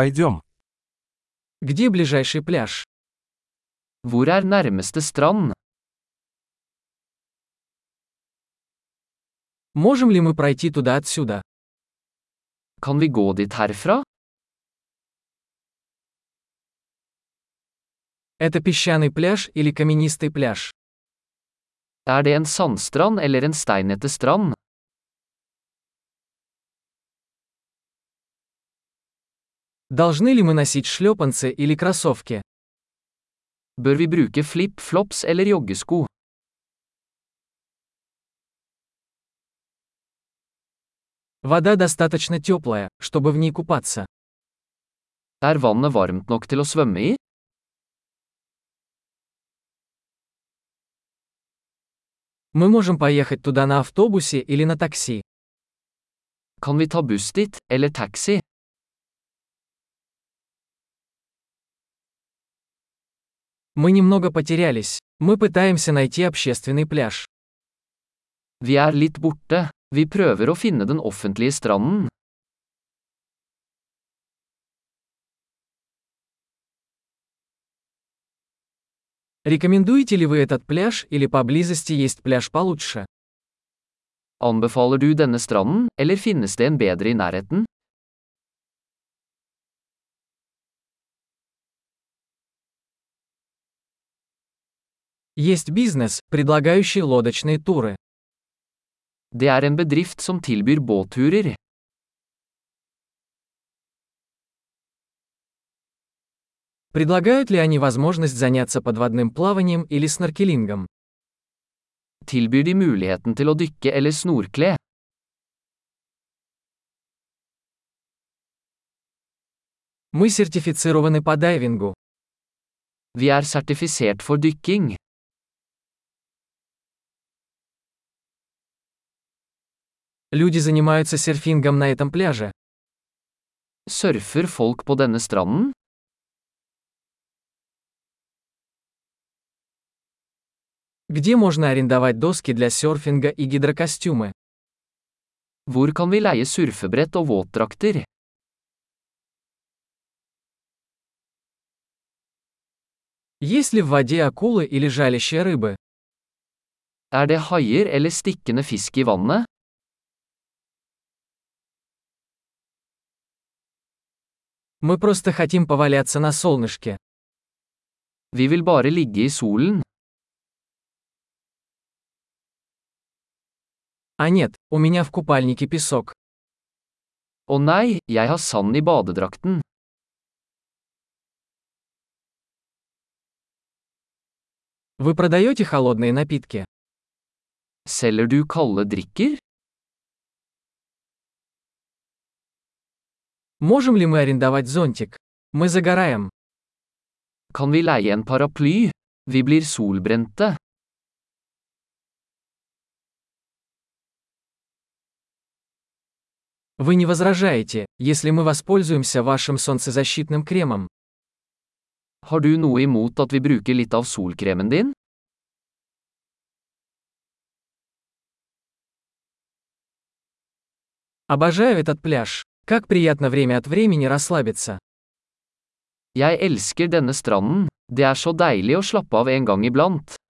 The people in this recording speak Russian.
Пойдем. Где ближайший пляж? Hvor er nærmeste strand? Можем ли мы пройти туда отсюда? Kan vi gå dit herfra? Это песчаный пляж или каменистый пляж? Er det en sandstrand eller en steinete strand? Должны ли мы носить шлепанцы или кроссовки? Bør vi bruke flip-flops eller joggesko? Вода достаточно теплая, чтобы в ней купаться. Er vannet varmt nok til å svømme i? Мы можем поехать туда на автобусе или на такси. Kan vi ta buss dit, eller taxi? Мы немного потерялись. Мы пытаемся найти общественный пляж. Vi er litt borte. Vi prøver å finne den offentlige stranden. Рекомендуете ли вы этот пляж или поблизости есть пляж получше? Anbefaler du denne stranden, eller finnes det en bedre i nærheten? Есть бизнес, предлагающий лодочные туры. Det er en bedrift som tilbyr båtturer. Предлагают ли они возможность заняться подводным плаванием или сноркелингом? Tilbyr de muligheten til å dykke eller snorkle? Мы сертифицированы по дайвингу. Vi er sertifisert for dykking. Люди занимаются серфингом на этом пляже. Surfer folk på denne stranden? Где можно арендовать доски для серфинга и гидрокостюмы? Hvor kan vi leie surfebrett og våtdrakter? Есть ли в воде акулы или жалящие рыбы? Er det haier eller stikkende fisk i vannet? Мы просто хотим поваляться на солнышке. Vi vil bare ligge i solen. А нет, у меня в купальнике песок. Å nei, jeg har sand i badedrakten. Вы продаете холодные напитки? Selger du kalde drikker? Можем ли мы арендовать зонтик? Мы загораем. Kan vi leie en paraply? Vi blir solbrente. Вы не возражаете, если мы воспользуемся вашим солнцезащитным кремом? Har du noe imot at vi bruker litt av solkremen din? Обожаю этот пляж. Как приятно время от времени расслабиться. Jeg elsker denne stranden. Det er så deilig å slappe av en gang iblant.